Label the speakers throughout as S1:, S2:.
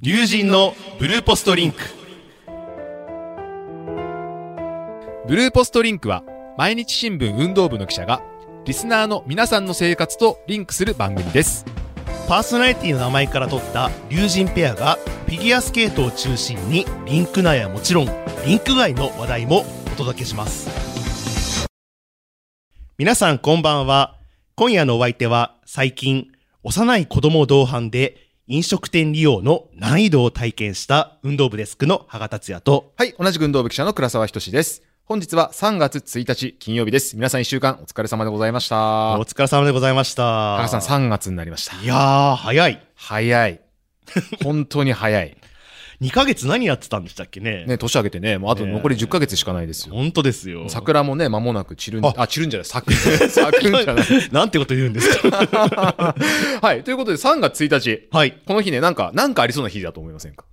S1: 龍神のブルーポストリンク
S2: ブルーポストリンクは毎日新聞運動部の記者がリスナーの皆さんの生活とリンクする番組です
S1: パーソナリティの名前から取った龍神ペアがフィギュアスケートを中心にリンク内はもちろんリンク外の話題もお届けします皆さんこんばんは今夜のお相手は最近幼い子供同伴で飲食店利用の難易度を体験した運動部デスクの羽賀達也と
S2: はい同じく運動部記者の倉沢仁です本日は3月1日金曜日です皆さん1週間お疲れ様でございました
S1: お疲れ様でございました
S2: 羽
S1: 羽
S2: 賀さん3月になりました
S1: いやー早い
S2: 早 い本当に早い
S1: 2ヶ月何やってたんでしたっけね
S2: ね年明けてねもうあと残り10ヶ月しかないですよ
S1: 本当ですよ
S2: 桜もね間もなく散るん
S1: あ
S2: あ散るんじゃない咲く 咲くんじゃない
S1: なんてこと言うんです か
S2: はいということで3月1日
S1: はい
S2: この日ねなんかなんかありそうな日だと思いませんか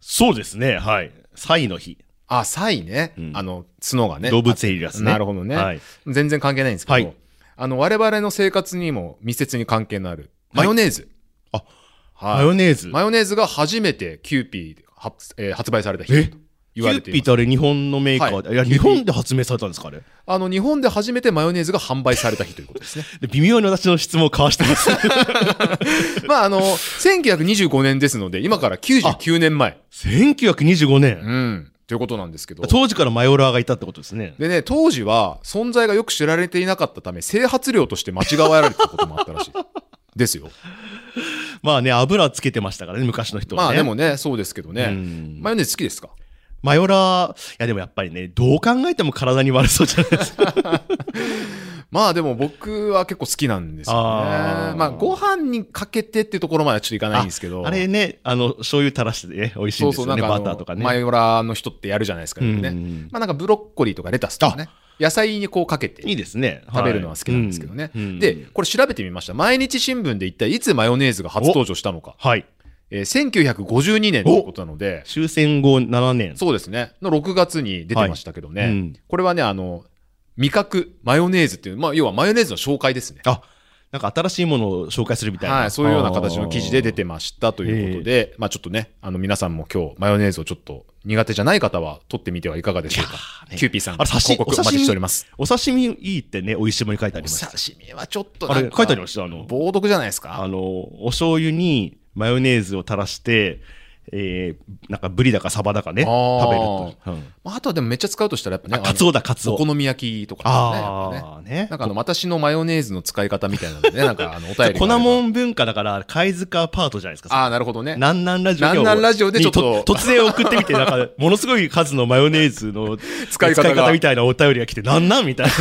S1: そうですね、はい。サイの日。
S2: あ、サイね。
S1: うん
S2: あの、角がね。
S1: 動物エリアですね。
S2: あなるほどね、
S1: はい。
S2: 全然関係ないんですけど、
S1: はい
S2: あの、我々の生活にも密接に関係のある、
S1: は
S2: マ
S1: い
S2: ヨネーズ。
S1: あ
S2: はい、
S1: マヨネーズ。
S2: マヨネーズが初めてキューピーで発,、えー発売された日だと
S1: キ
S2: 言わ
S1: ュ
S2: れ
S1: ー
S2: て
S1: ピ
S2: い
S1: ーっ
S2: ます。
S1: てあれ日本のメーカーで、、
S2: はいい
S1: や、
S2: キューピ
S1: 日
S2: ー
S1: 本で発明されたんですかね。
S2: あの、日本で初めてマヨネーズが販売された日ということですね。
S1: で微妙に私の質問を交わしてます。
S2: まあ、あの、1925年ですので、今から99年前。
S1: 1925
S2: う
S1: 年。
S2: ん。ということなんですけど。
S1: 当時からマヨラーがいたってことですね。
S2: でね、当時は存在がよく知られていなかったため、整髪料として間違われたこともあったらしい。ですよ。
S1: まあね、油つけてましたからね、昔の人は、ね。
S2: まあでもね、そうですけど
S1: う
S2: ね。
S1: ん
S2: マヨネーズ好きですか
S1: マヨラー、いやでもやっぱりね、どう考えても体に悪そうじゃないですか。
S2: まあでも僕は結構好きなんですよね。
S1: あー
S2: まあご飯にかけてっていうところまではちょっといかないんですけど。
S1: あれね、あの、醤油垂らしてね、美味しいん
S2: そう
S1: です
S2: そう、
S1: よ
S2: なん
S1: ね、
S2: かあ
S1: バ
S2: の
S1: ターとか
S2: マ
S1: ね。
S2: ヨラーの人ってやるじゃないですか
S1: う
S2: よ
S1: ん
S2: くね。まあなんかブロッコリーとかレタスとかね。野菜にこうかけて
S1: いいですね。
S2: 食べるのは好きなんですけどね。
S1: はいうん
S2: で、これ調べてみました。毎日新聞で一体いつマヨネーズが初登場したのか。
S1: はい。
S2: えー、1952年ということなので、
S1: 終戦後7年。
S2: そうですね。の6月に出てましたけどね。
S1: はいうん
S2: これはね、あの、味覚、マヨネーズっていう、まあ、要はマヨネーズの紹介ですね。
S1: あ、なんか新しいものを紹介するみたいな。
S2: はい、そういうような形の記事で出てましたということで、まあちょっとね、あの皆さんも今日マヨネーズをちょっと苦手じゃない方は取ってみてはいかがでしょうか
S1: いやー。ね
S2: キューピーさん、
S1: あれ刺し
S2: 広告お待ちしております。
S1: お刺身いいってね、美味しいものに書いてあり
S2: お
S1: ました。
S2: 刺身はちょっと
S1: あ
S2: なん
S1: れ
S2: か
S1: 書いてありましたあの、
S2: 冒涜じゃないですか
S1: あ。の、お醤油にマヨネーズを垂らして、えー、なんかブリだかサバだかね、
S2: あー
S1: 食べると。うん
S2: まああとはでもめっちゃ使うとしたらやっぱね、
S1: あ、
S2: あの
S1: カツオだ、カツ
S2: お
S1: オ。
S2: 好み焼きとかねやっぱね。
S1: ああ、ね
S2: な。んかあの、私のマヨネーズの使い方みたいなのでね、なんかあの、お便りがあれ ば。
S1: 粉もん文化だから、貝塚パートじゃないですか。
S2: ああ、なるほどね。
S1: なんなんラジオに
S2: なんなんラジオでちょっと
S1: に突然送ってみて、なんか、 ものすごい数のマヨネーズの
S2: 使い方が
S1: みたいなお便りが来て、なんなんみたいな。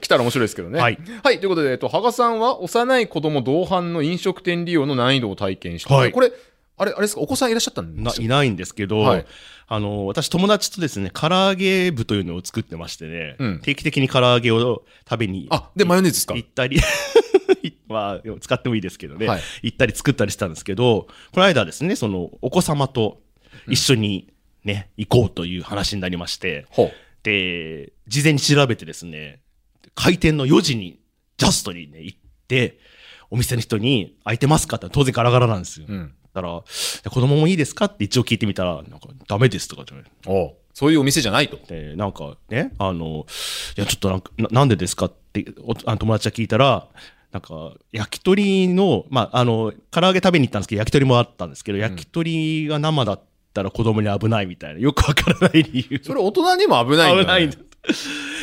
S2: 来たら面白いですけどね。
S1: はい。
S2: ということで、えっと、羽賀さんは幼い子供同伴の飲食店利用の難易度を体験した。
S1: はい
S2: これ、あれ、あれですか、お子さんいらっしゃった んで
S1: な
S2: す
S1: い
S2: よ
S1: ないんですけど、
S2: はい
S1: あの、私友達とですね、唐揚げ部というのを作ってましてね、
S2: うん
S1: 定期的に唐揚げを食べに
S2: あ、で、マヨネーズですか
S1: 行ったり、 まあ、使ってもいいですけどね、
S2: はい
S1: 行ったり作ったりしたんですけど、この間ですね、その、お子様と一緒にね、行こうという話になりまして、
S2: ほう。
S1: で、事前に調べてですね、開店の4時に、ジャストにね、行って、お店の人に、空いてますかって当然ガラガラなんですよ。
S2: うん。
S1: だから、子供もいいですかって一応聞いてみたら、なんか、ダメですとかって言われ
S2: おうそういうお店じゃないと。
S1: て、なんかね、あの、いや、ちょっとなんか、ななんでですかって、おあの友達が聞いたら、なんか、焼き鳥の、まあ、あの、唐揚げ食べに行ったんですけど、焼き鳥もあったんですけど、焼き鳥が生だったら子供に危ないみたいな、よくわからない理由。
S2: それ大人にも危ないんだ、ね。
S1: 危ないんだ。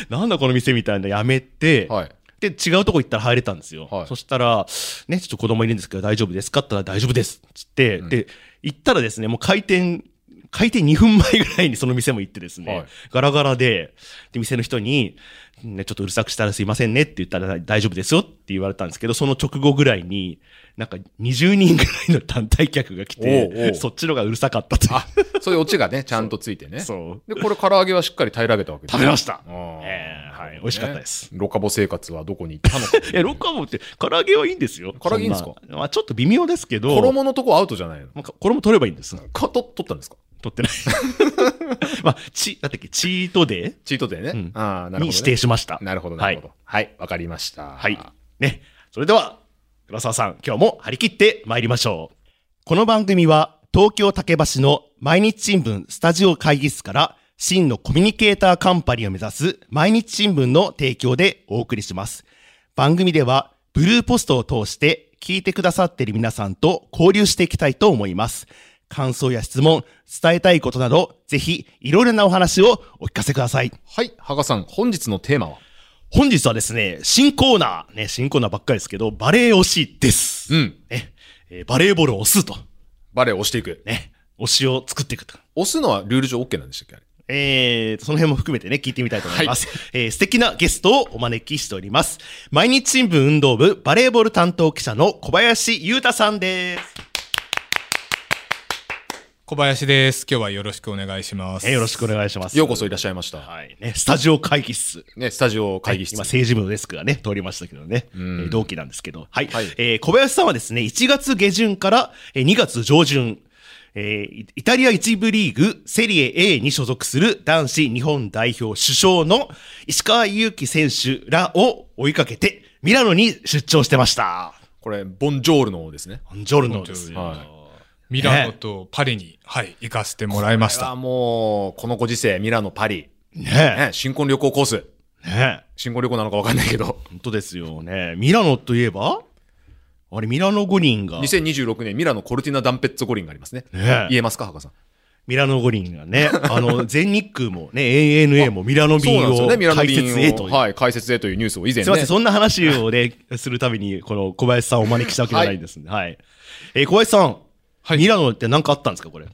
S1: なんだこの店みたいなのやめて、
S2: はい。
S1: で、違うとこ行ったら入れたんですよ。
S2: はい
S1: そしたら、ね、ちょっと子供いるんですけど大丈夫ですかって言ったら大丈夫です。つって、
S2: ん
S1: で、行ったらですね、もう開店、開店2分前ぐらいにその店も行ってですね、
S2: はい
S1: ガラガラで、で、店の人に、ね、ちょっとうるさくしたらすいませんねって言ったら大丈夫ですよって言われたんですけど、その直後ぐらいに、なんか20人ぐらいの団体客が来
S2: おうお
S1: て、
S2: う
S1: そっちのがうるさかったという。
S2: あ、そういうオチがね、ちゃんとついてね。
S1: そう。
S2: で、これ、唐揚げはしっかり平らげたわけです
S1: 食べました。
S2: あー
S1: えーはい美味しかったです。
S2: ロカボ生活はどこ に行ったのか。
S1: え、ロッカーボって唐揚げはいいんですよ。
S2: 唐揚げいいんですか
S1: そなまあちょっと微妙ですけど、
S2: 衣のとこアウトじゃないの
S1: まあ衣取ればいいんです。
S2: か、と、取ったんですか
S1: 取ってない。 まあ、チ、だったっけ、チートデ
S2: チートデーね。
S1: うん
S2: ああ、
S1: ー
S2: なるほど、ね。
S1: に指定しました。
S2: なるほど、な
S1: は
S2: る
S1: い
S2: ほど。はい、わ、かりました。
S1: はい。ね。それでは、黒沢さん、今日も張り切って参りましょう。この番組は、東京竹橋の毎日新聞スタジオ会議室から真のコミュニケーターカンパニーを目指す毎日新聞の提供でお送りします。番組ではブルーポストを通して聞いてくださっている皆さんと交流していきたいと思います。感想や質問、伝えたいことなど、ぜひいろいろなお話をお聞かせください。
S2: はい、羽賀さん、本日のテーマは
S1: 本日はですね、新コーナー、ね、新コーナーばっかりですけど、バレエ推しです。
S2: うん。
S1: ねえーバレーボールを押すと、
S2: バレーを押していく。
S1: ね、推しを作っていくと。
S2: 押すのはルール上 OK なんでしたっけあれ
S1: えーと、その辺も含めてね、聞いてみたいと思います。えー素敵なゲストをお招きしております。毎日新聞運動部バレーボール担当記者の小林優太さんです。
S3: 小林です。今日はよろしくお願いします。
S1: えーよろしくお願いします。
S2: ようこそいらっしゃいました。
S1: はい、ね、スタジオ会議室。
S2: ね、スタジオ会議室。
S1: 今、政治部のデスクがね、通りましたけどね、え
S2: ん
S1: ー同期なんですけど、はい、
S2: はい
S1: えー小林さんはですね、1月下旬からえー2月上旬、えーイイタリア一部リーグセリエ A に所属する男子日本代表主将の石川祐希選手らを追いかけて、ミラノに出張してました。
S2: これ、ボンジョールのですね。
S1: ジョルノです。
S2: は
S3: ミラノとパリに、はい、行かせてもらいまし
S2: これは
S3: た。
S2: もう、このご時世、ミラノ、パリ。
S1: ね
S2: ね、新婚旅行コース。
S1: え、ねえ、
S2: 新婚旅行なのかわかんないけど。
S1: 本当ですよね。ミラノといえば、あれ、ミラノ5人が、
S2: 2026年、ミラノコルティナ・ダンペッツォ五輪がありますね。
S1: ね
S2: 言えますか、博さん。
S1: ミラノ五輪がね、 あの、全日空もね、ANA もミラノ
S2: そう
S1: 便
S2: なんですよ
S1: を
S2: ね、ミラノ
S1: 解
S2: 便
S1: 説へと
S2: を。
S1: いう。
S2: はい、解説へというニュースを以前ね。
S1: すいません、そんな話をね、するために、この小林さんをお招きしたわけじゃないんですね。はい、えー小林さん、
S3: はい
S1: ミラノって何かあったんですか、これ。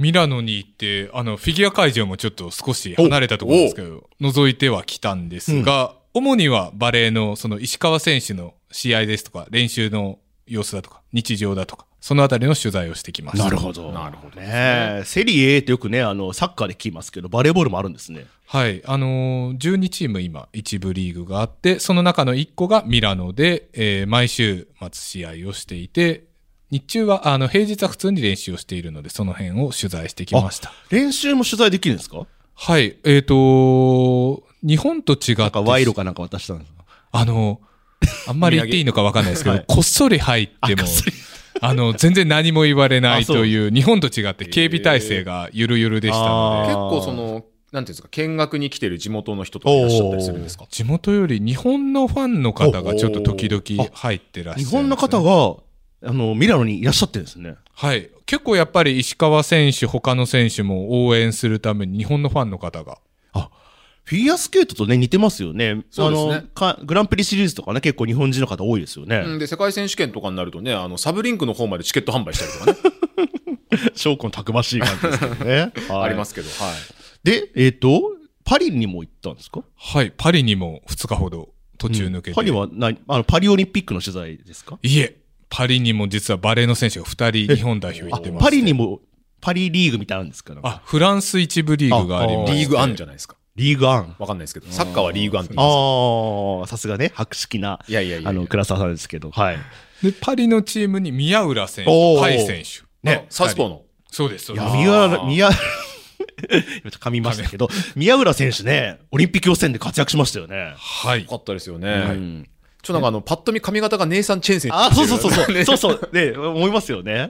S3: ミラノに行って、あの、フィギュア会場もちょっと少し離れたところですけど、覗いては来たんですが、主にはバレーの、その石川選手の試合ですとか、練習の様子だとか、日常だとか、そのあたりの取材をしてきました。ど。
S1: ほど
S2: なるほどです
S1: ね
S2: ね
S1: えセリエってよくね、あの、サッカーで聞きますけど、バレーボールもあるんですね。
S3: はい。あのー、12チーム今、一部リーグがあって、その中の1個がミラノで、えー毎週末試合をしていて、日中は、あの、平日は普通に練習をしているので、その辺を取材してきました。
S1: 練習も取材できるんですか
S3: はい。えっ、と日本と違っ
S1: なん
S3: て
S1: か、賄賂かなんか渡したんですか
S3: あのー、あんまり言っていいのかわかんないですけ ど、
S1: はい
S3: こっそり入っても、あの、全然何も言われな
S1: あ
S3: い
S1: そう
S3: という、日本と違って警備体制がゆるゆるでしたので、
S2: 結構その、なんていうんですか、見学に来てる地元の人とかいらっしゃったりするんですか
S3: 地元より日本のファンの方がちょっと時々入ってらっしゃる、
S1: 日本の方。が、あの、ミラノにいらっしゃってるんですね。
S3: はい。結構やっぱり石川選手、他の選手も応援するために日本のファンの方が。
S1: フィギュアスケートとね、似てますよね。
S2: そうですね
S1: あのかグランプリシリーズとかね、結構日本人の方多いですよ
S2: う
S1: ね。
S2: ん、で、世界選手権とかになるとね、あの、サブリンクの方までチケット販売したりと かね、
S1: 証拠のたくましい感じですけど ね。。
S2: ありますすけど、はい。
S1: で、えっ、と、パリにも行ったんですか
S3: はい。パリにも2日ほど途中抜けて。
S1: パリは何あの、パリオリンピックの取材ですか
S3: いえ、パリにも実はバレーの選手が2人日本代表行
S1: あ
S3: ってます。
S1: パリにも、パリリーグみたいなのあるんですから。
S3: あ、フランス一部リーグがあります。
S2: リーグアン
S3: じ
S2: じゃないですか。
S1: リーグアン。
S2: わかんないですけど、サッカーはリーグアンって言います
S1: ああ、さすがね、博識な、
S2: いやいやいやいや
S1: あの、倉沢さんですけど、はい。
S3: ゃん。で、パリのチームに宮浦選
S1: おー
S3: 手、パイ選手。
S2: あのサウスポーの。
S3: そうです、そうです。
S1: 宮浦、宮、 噛みましたけど、宮浦選手ね、オリンピック予選で活躍しましたよね。
S3: はい
S2: よ。かったですよ
S1: う
S2: ね。
S1: ん
S2: ちょ、なんかあの、パッと見髪型がネイサン・チェン選手
S1: あ、そうそうそう
S2: う。
S1: そう。そうそう。ね、思いますよね。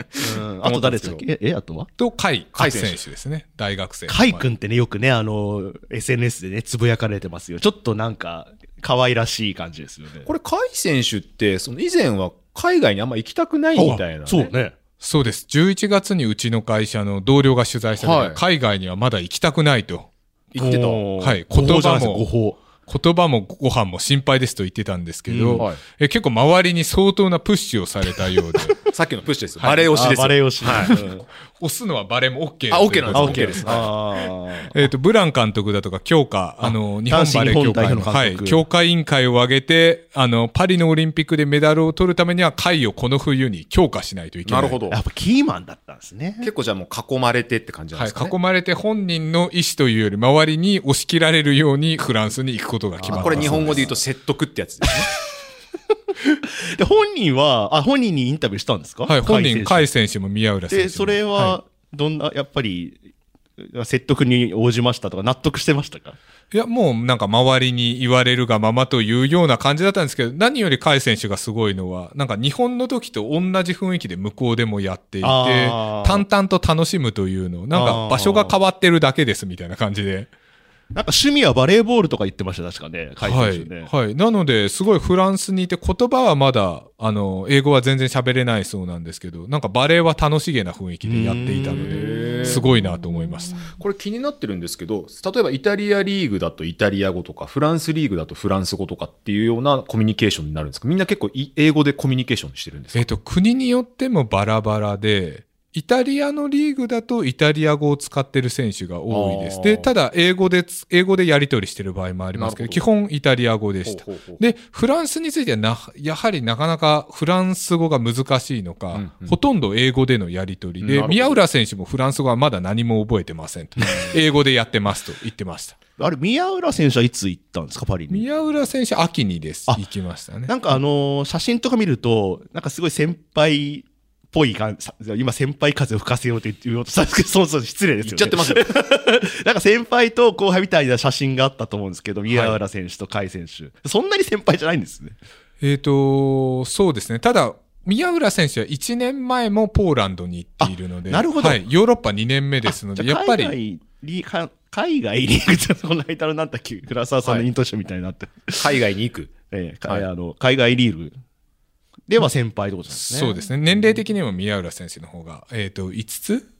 S1: あと誰でしたっ
S2: 思
S1: けえ、えあとは
S3: と、甲斐
S2: 甲斐選手
S3: 選手ですね。大学生。
S1: カイ君ってね、よくね、あの、SNS でね、つぶやかれてますよ。ちょっとなんか、可愛らしい感じですよね。
S2: これ、甲斐選手って、その以前は海外にあんま行きたくないみたいな、ね。
S1: そうね。
S3: そうです。11月にうちの会社の同僚が取材した時、
S2: はい
S3: 海外にはまだ行きたくないと。
S2: 言ってた。
S1: おー
S3: はい
S1: 誤報じゃないです
S3: 言葉も
S1: 誤報。
S3: 言葉もご飯も心配ですと言ってたんですけど、
S1: うん
S2: はい
S3: え結構周りに相当なプッシュをされたようで、
S2: さっきのプッシュですよ。
S3: はい
S2: バレー推しです
S1: あバ
S2: よ。
S1: レー推し。
S3: 押すのはバレーも OK
S2: あ OK なん
S1: あ、
S2: あ
S1: オッ
S2: OK
S1: ケー
S2: で
S1: ですす。あ
S3: えっ、と、ブラン監督だとか、強化、あの、日本バレ
S1: 男子日
S3: ー協会
S1: 本代
S3: の、
S1: 表の
S3: は
S1: 監
S3: い、
S1: 督
S3: 強化委員会を挙げて、あの、パリのオリンピックでメダルを取るためには、会をこの冬に強化しないといけな。
S2: ないるほど
S1: ー。やっぱキーマンだったんですね。
S2: 結構じゃあもう囲まれてって感じなん
S3: は
S2: で
S3: い
S2: すか、ね。
S3: 囲まれて本人の意思というより、周りに押し切られるようにフランスに行くことが決まった
S2: これ日本語で
S3: そう
S2: 言うと説得ってやつですね。
S1: で、本人は、あ、本人にインタビューしたんですか
S3: すはい、本人、
S1: 甲
S3: 甲
S1: 斐
S3: 斐選手も宮浦
S1: 選手
S3: 選手
S1: で、
S3: も。
S1: それ
S3: はい
S1: は、どんな、やっぱり、説得に応じましたとか、納得してましたか
S3: いや、もうなんか周りに言われるがままというような感じだったんですけど、何より甲斐選手がすごいのは、なんか日本の時と同じ雰囲気で向こうでもやっていて、
S1: あー
S3: 淡々と楽しむというのを、なんか場所が変わってるだけですみたいな感じで。
S1: なんか趣味はバレーボールとか言ってました、確かね。書いてましたよね。
S3: はい。はい。なので、すごいフランスにいて、言葉はまだ、あの、英語は全然喋れないそうなんですけど、なんかバレエは楽しげな雰囲気でやっていた
S2: う
S3: の
S2: ーん
S3: で、すごいなと思いました。
S2: これ気になってるんですけど、例えばイタリアリーグだとイタリア語とか、フランスリーグだとフランス語とかっていうようなコミュニケーションになるんですかみんな結構い英語でコミュニケーションしてるんです
S3: え
S2: か
S3: っと、国によってもバラバラで、イタリアのリーグだとイタリア語を使ってる選手が多いで
S2: あ
S3: す。
S2: ー
S3: で、ただ英語でつ、英語でやり取りしてる場合もありますけど、
S2: なるほど
S3: 基本イタリア語でした。
S2: ほうほうほう
S3: で、フランスについてはな、やはりなかなかフランス語が難しいのか、
S2: うんうん
S3: ほとんど英語でのやり取り
S2: なる
S3: で
S2: ほ、ど
S3: 宮浦選手もフランス語はまだ何も覚えてませんと。 英語でやってますと言ってました。
S1: あれ、宮浦選手はいつ行ったんですか、パリに。
S3: 宮浦選手、秋にです。
S1: あ
S3: 行きましたね。
S1: なんかあのー写真とか見ると、なんかすごい先輩っぽい感じ、今先輩風を吹かせようって言おうとしたんですけど、そうそう失礼ですよ、ね。
S2: 言っちゃってますよ。
S1: なんか先輩と後輩みたいな写真があったと思うんですけど、宮浦選手と甲斐選手、そんなに先輩じゃないんですね。
S3: えっ、と、そうですね。ただ、宮浦選手は1年前もポーランドに行っているので、
S1: あなるほど
S3: はい、ヨーロッパ2年目ですので、
S1: じゃ
S3: や
S1: あ
S3: っぱ
S1: 海
S3: り、
S1: 外リか海外リーグって、この間のなんだっけ、倉沢さんのイントションみたいになって、
S2: 海外に行く。
S1: ええか
S2: はい
S1: あの海外リーグでは先輩ってことですね。
S3: そうですね。年齢的にも宮浦選手の方が、えっ、と、5つ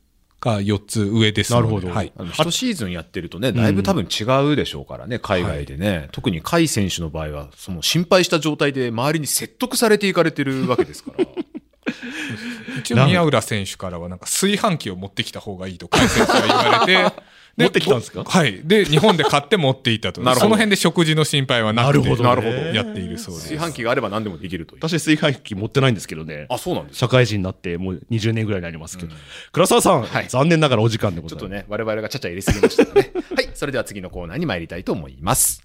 S3: か4つ上ですので、
S1: なるほど
S3: はい。
S2: あの一シーズンやってるとね、だいぶ多分違うでしょうからね、海外でね。特に甲斐選手の場合は、その心配した状態で周りに説得されていかれてるわけです から。
S3: 一応宮浦選手からはなんか炊飯器を持ってきた方がいいと解説が言われ て
S1: 持ってきたんですか
S3: はいで日本で買って持っていたと
S2: なるほど
S3: その辺で食事の心配はなくて
S1: なるほど
S2: なるほど
S3: やっているそうです
S2: 炊飯器があれば何でもできるという。
S1: 私、炊飯器持ってないんですけどね。
S2: あ、そうなんです
S1: 社会人になってもう20年ぐらいになりますけど、倉沢さん、
S2: はい
S1: 残念ながらお時間でござ
S2: ちょ
S1: い
S2: っ
S1: ます
S2: と。ね、我々がちゃちゃ入れすぎましたね。はい、それでは次のコーナーに参りたいと思います。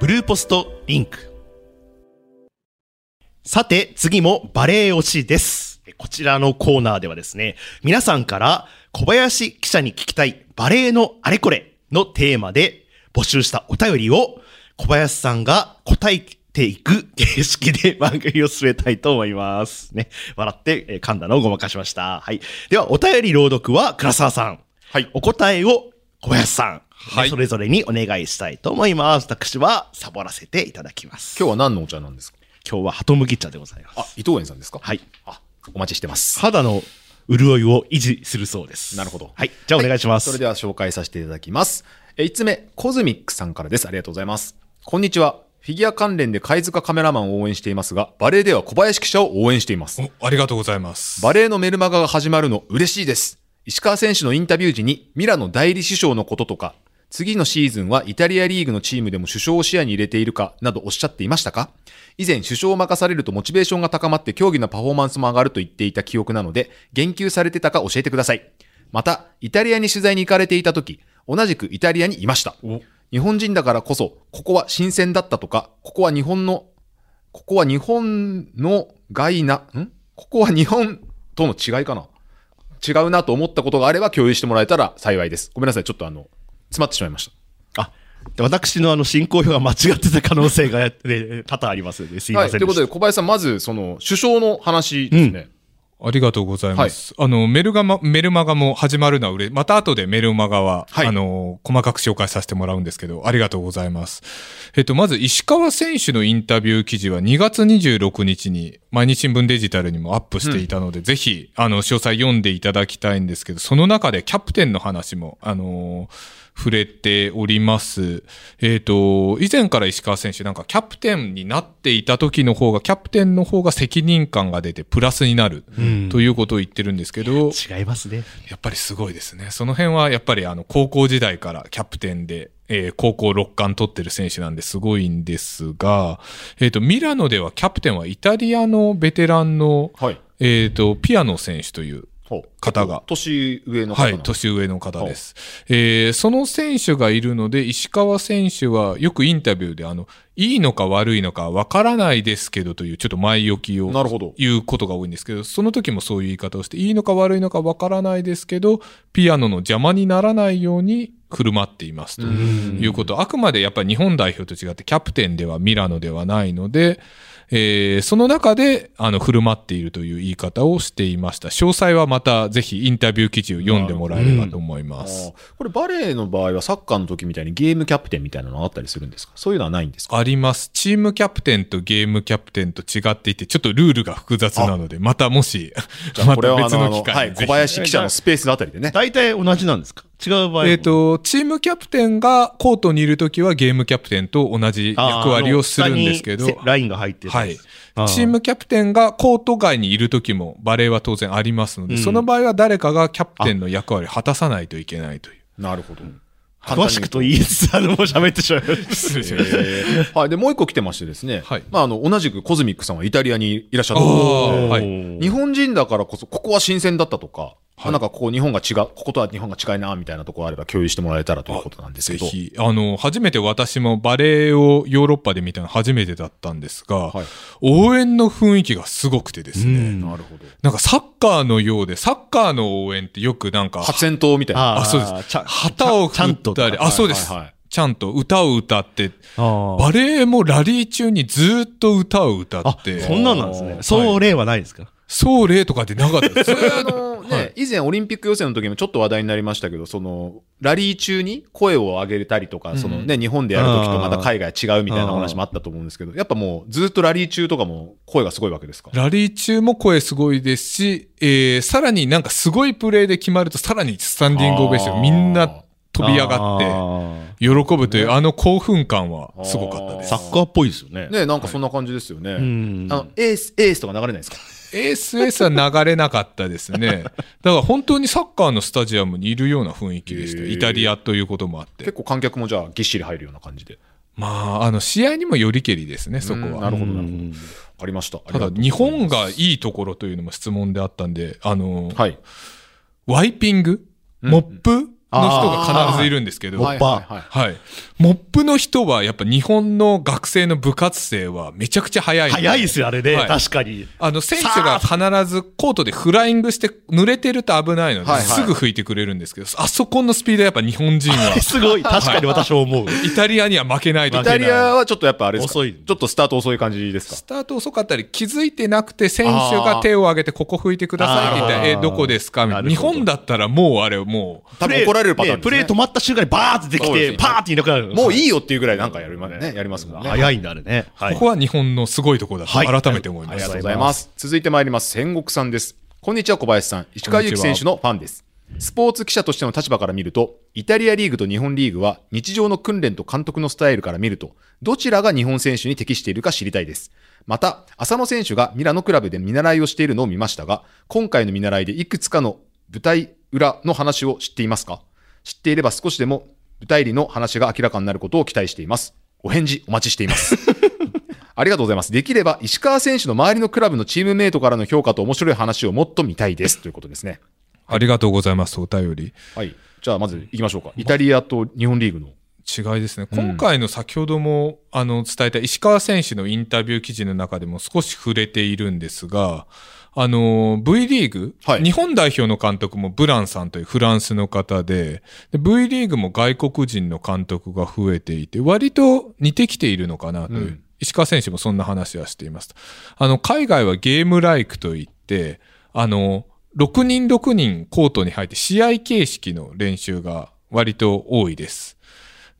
S1: ブルーポストリンク。さて、次もバレエ推しです。こちらのコーナーではですね、皆さんから小林記者に聞きたいバレエのあれこれのテーマで募集したお便りを小林さんが答えていく形式で 番組を進めたいと思います。ね。笑ってえー噛んだのをごまかしました。はい。では、お便り朗読は倉沢さん。
S2: はい
S1: お答えを小林さん。
S3: はい
S1: それぞれにお願いしたいと思います。私はサボらせていただきます。
S2: 今日は何のお茶なんですか
S1: 今日はハトムギ茶でございます。
S2: あ、伊藤園さんですか
S1: はい。
S2: あ、お待ちしてます。
S1: 肌の潤いを維持するそうです。
S2: なるほど
S1: はい。じゃあお願いします。
S2: それでは紹介させていただきます。え、5つ目、コズミックさんからです。ありがとうございます。こんにちは。フィギュア関連で貝塚カメラマンを応援していますが、バレエでは小林記者を応援しています。
S3: おありがとうございます
S2: バレエのメルマガが始まるの嬉しいです。石川選手のインタビュー時にミラの代理師匠のこととか、次のシーズンはイタリアリーグのチームでも首相を視野に入れているかなどおっしゃっていましたか以前首相を任されるとモチベーションが高まって競技のパフォーマンスも上がると言っていた記憶なので、言及されてたか教えてください。また、イタリアに取材に行かれていた時、同じくイタリアにいました。日本人だからこそ、ここは新鮮だったとか、ここは日本のここは日本の外な、んここは日本との違いかな違うなと思ったことがあれば共有してもらえたら幸いです。ごめんなさい。ちょっとあの、詰まってしまいました。
S1: あ、で私のあの進行表が間違ってた可能性が、ね、多々ありますので、すいま
S2: はい。
S1: せ
S2: と
S1: ん
S2: い
S1: で
S2: う
S1: し
S2: こと
S1: た。
S2: で、小林さん、まず、その、首相の話ですね。
S3: ありがとうございます、あのメルガマメルマガも始まるのは嬉また後でメルマガは、
S2: はい
S3: あの細かく紹介させてもらうんですけどありがとうございますえっとまず石川選手のインタビュー記事は2月26日に毎日新聞デジタルにもアップしていたので、ぜひあの詳細読んでいただきたいんですけどその中でキャプテンの話もあの触れております。えっ、と、以前から石川選手なんかキャプテンになっていた時の方が、キャプテンの方が責任感が出てプラスになるということを言ってるんですけど、
S1: 違いますね。
S3: やっぱりすごいですね。その辺はやっぱりあの高校時代からキャプテンで、えー高校6冠取ってる選手なんですごいんですが、えっ、と、ミラノではキャプテンはイタリアのベテランの、
S2: はい。
S3: えっ、と、ピアノ選手という、方
S2: 結
S3: が
S2: 構年上の方
S3: は
S2: なの
S3: い、年上の方です。えーその選手がいるので、石川選手はよくインタビューで、あの、いいのか悪いのかわからないですけどという、ちょっと前置きを
S2: なるほど。
S3: 言うことが多いんですけど、その時もそういう言い方をして、いいのか悪いのかわからないですけど、ピアノの邪魔にならないように振る舞っていますということ。あくまでやっぱり日本代表と違ってキャプテンではミラノではないので、えーその中で、あの、振る舞っているという言い方をしていました。詳細はまたぜひインタビュー記事を読んでもらえればと思い
S2: あ
S3: ます。
S2: ーこれバレーの場合はサッカーの時みたいにゲームキャプテンみたいなのあったりするんですかそういうのはないんですか
S3: あります。チームキャプテンとゲームキャプテンと違っていて、ちょっとルールが複雑なので、またもし、ま
S2: これ
S3: た
S2: はあ
S3: 別
S2: の、あ
S3: の
S2: の
S3: 機
S2: は
S3: 会
S2: い、
S3: にぜ
S2: 小
S3: ひ
S2: 林記者のスペースのあたりでね。
S1: 大体同じなんですか違う場合も
S3: えっ、と、チームキャプテンがコートにいるときはゲームキャプテンと同じ
S1: あー
S3: 役割をするんですけど
S1: あの下、にラインが入ってる
S3: はい
S1: あー。
S3: チームキャプテンがコート外にいるときもバレーは当然ありますので、
S1: うん
S3: その場合は誰かがキャプテンの役割を果たさないといけないという。
S2: なるほど。
S1: 詳しくと言いつつ、あの、もう喋ってしまいました。
S3: 失礼しました
S2: えー はい。で、もう一個来てましてですね。
S3: はい
S2: まあ、あの、同じくコズミックさんはイタリアにいらっしゃった
S3: あーはい
S1: おー
S2: 日本人だからこそ、ここは新鮮だったとか、
S3: はい
S2: なんかここ日本が違う、こことは日本が違いな、みたいなところあれば共有してもらえたらということなんです
S3: ぜ
S2: けど。
S3: ひ、あの、初めて私もバレエをヨーロッパで見たの初めてだったんですが、
S2: はい
S3: 応援の雰囲気がすごくてですね、
S1: うん
S2: なるほど。
S3: なんかサッカーのようで、サッカーの応援ってよくなんか、
S2: 発煙筒みたいな。
S1: あー
S3: あそうです
S1: ちゃ
S3: 旗を
S1: ちゃ
S3: 振
S1: ん
S3: っ
S1: と
S3: たり、あ、そうです
S2: はいはいはい。
S3: ちゃんと歌を歌って、
S1: あー
S3: バレエもラリー中にずっと歌を歌
S1: あ
S3: っ、て、
S1: そんなんなんです
S2: は
S1: ね。
S2: い
S1: そう例はないですか
S3: そう例とか でなかったです。
S2: それはあのね、以前オリンピック予選の時もちょっと話題になりましたけど、その、ラリー中に声を上げたりとか、
S3: ん
S2: そのね、日本でやる時とまた海外違うみたいなお話もあったと思うんですけど、やっぱもうずっとラリー中とかも声がすごいわけですか
S3: ラリー中も声すごいですし、えー、さらになんかすごいプレーで決まると、さらにスタンディングオベーション、みんな飛び上がって、
S1: て。
S3: 喜ぶという、あの興奮感はすごかったです
S1: サ。ッカーっぽいですよね。
S2: ね、なんかそんな感じですよね。
S1: うん
S2: あの、エース、エースとか流れないですか
S3: ASS は流れなかったですね。だから本当にサッカーのスタジアムにいるような雰囲気でした。
S2: へー
S3: イタリアということもあって
S2: 結。構観客もじゃあぎっしり入るような感じで。
S3: まあ、あの、試合にもよりけりですね、そこ
S2: うん
S3: は
S2: な。るほど、
S1: う
S2: なるほど。
S1: ん
S2: わかりました。あり
S3: た
S2: がとう
S3: だ、
S2: ございます
S3: 日本がいいところというのも質問であったんで、あの、
S2: はい。
S3: ワイピング
S2: うん
S3: モップの人が必ずいるんですけど、
S1: モ
S3: は
S1: ッ
S3: い。
S1: パー
S2: はいはいはい
S3: モップの人は、やっぱ日本の学生の部活生はめちゃくちゃ早いの。
S1: 早いですよ、あれね
S3: はい。
S1: 確かに。、
S3: あの、選手が必ずコートでフライングして濡れてると危ないので、
S2: はいはい
S3: すぐ拭いてくれるんですけど、あそこのスピードやっぱ日本人は
S1: すごい。確かに私は思う。
S3: イタリアには負けないとい
S2: イ
S3: けな
S2: タ
S3: い。
S2: リアはちょっとやっぱあれですか
S1: 遅い
S2: ちょっとスタート遅い感じですか
S3: スタート遅かったり、気づいてなくて、選手が手を挙げて、ここ拭いてくださいって言ったら、
S1: あー
S3: え、どこですかみたい
S1: な
S3: な日
S1: るほど
S3: 本だったらもうあれ、もう、
S2: 多分怒られるパターンで
S1: ね
S2: すね
S1: プレー止まった瞬間にバーってでき
S2: そうです
S1: て、
S2: ね
S1: パーっていなくなる。
S2: もうい
S1: い
S2: いよっていうぐらいなんかやりますね。やりますもんね。
S1: 早いんだ、あれね。は
S3: ここは日本のすごいところだ
S1: はい
S3: と改めて思い
S2: あ
S3: ま
S2: り
S3: し
S2: が
S3: た
S2: とう。ございます。続いてまいります。戦国さんです。こんにちは、小林さん。石川祐希選手のファンです。スポーツ記者としての立場から見ると、イタリアリーグと日本リーグは日常の訓練と監督のスタイルから見ると、どちらが日本選手に適しているか知りたいです。また、浅野選手がミラノクラブで見習いをしているのを見ましたが、今回の見習いでいくつかの舞台裏の話を知っていますか知っていれば少しでも舞台裏の話が明らかになることを期待しています。お返事お待ちしています。ありがとうございます。できれば石川選手の周りのクラブのチームメイトからの評価と面白い話をもっと見たいですということですね。
S3: ありがとうございます、お便り。
S2: はい。じゃあまず行きましょうか。イタリアと日本リーグの。
S3: 違いですね。今回の先ほども、あの、伝えた石川選手のインタビュー記事の中でも少し触れているんですが、あの、V リーグ、
S2: はい
S3: 日本代表の監督もブランさんというフランスの方でで、V リーグも外国人の監督が増えていて、割と似てきているのかなという、
S2: うん
S3: 石川選手もそんな話はしています。あの、海外はゲームライクといって、あの、6人6人コートに入って試合形式の練習が割と多いです。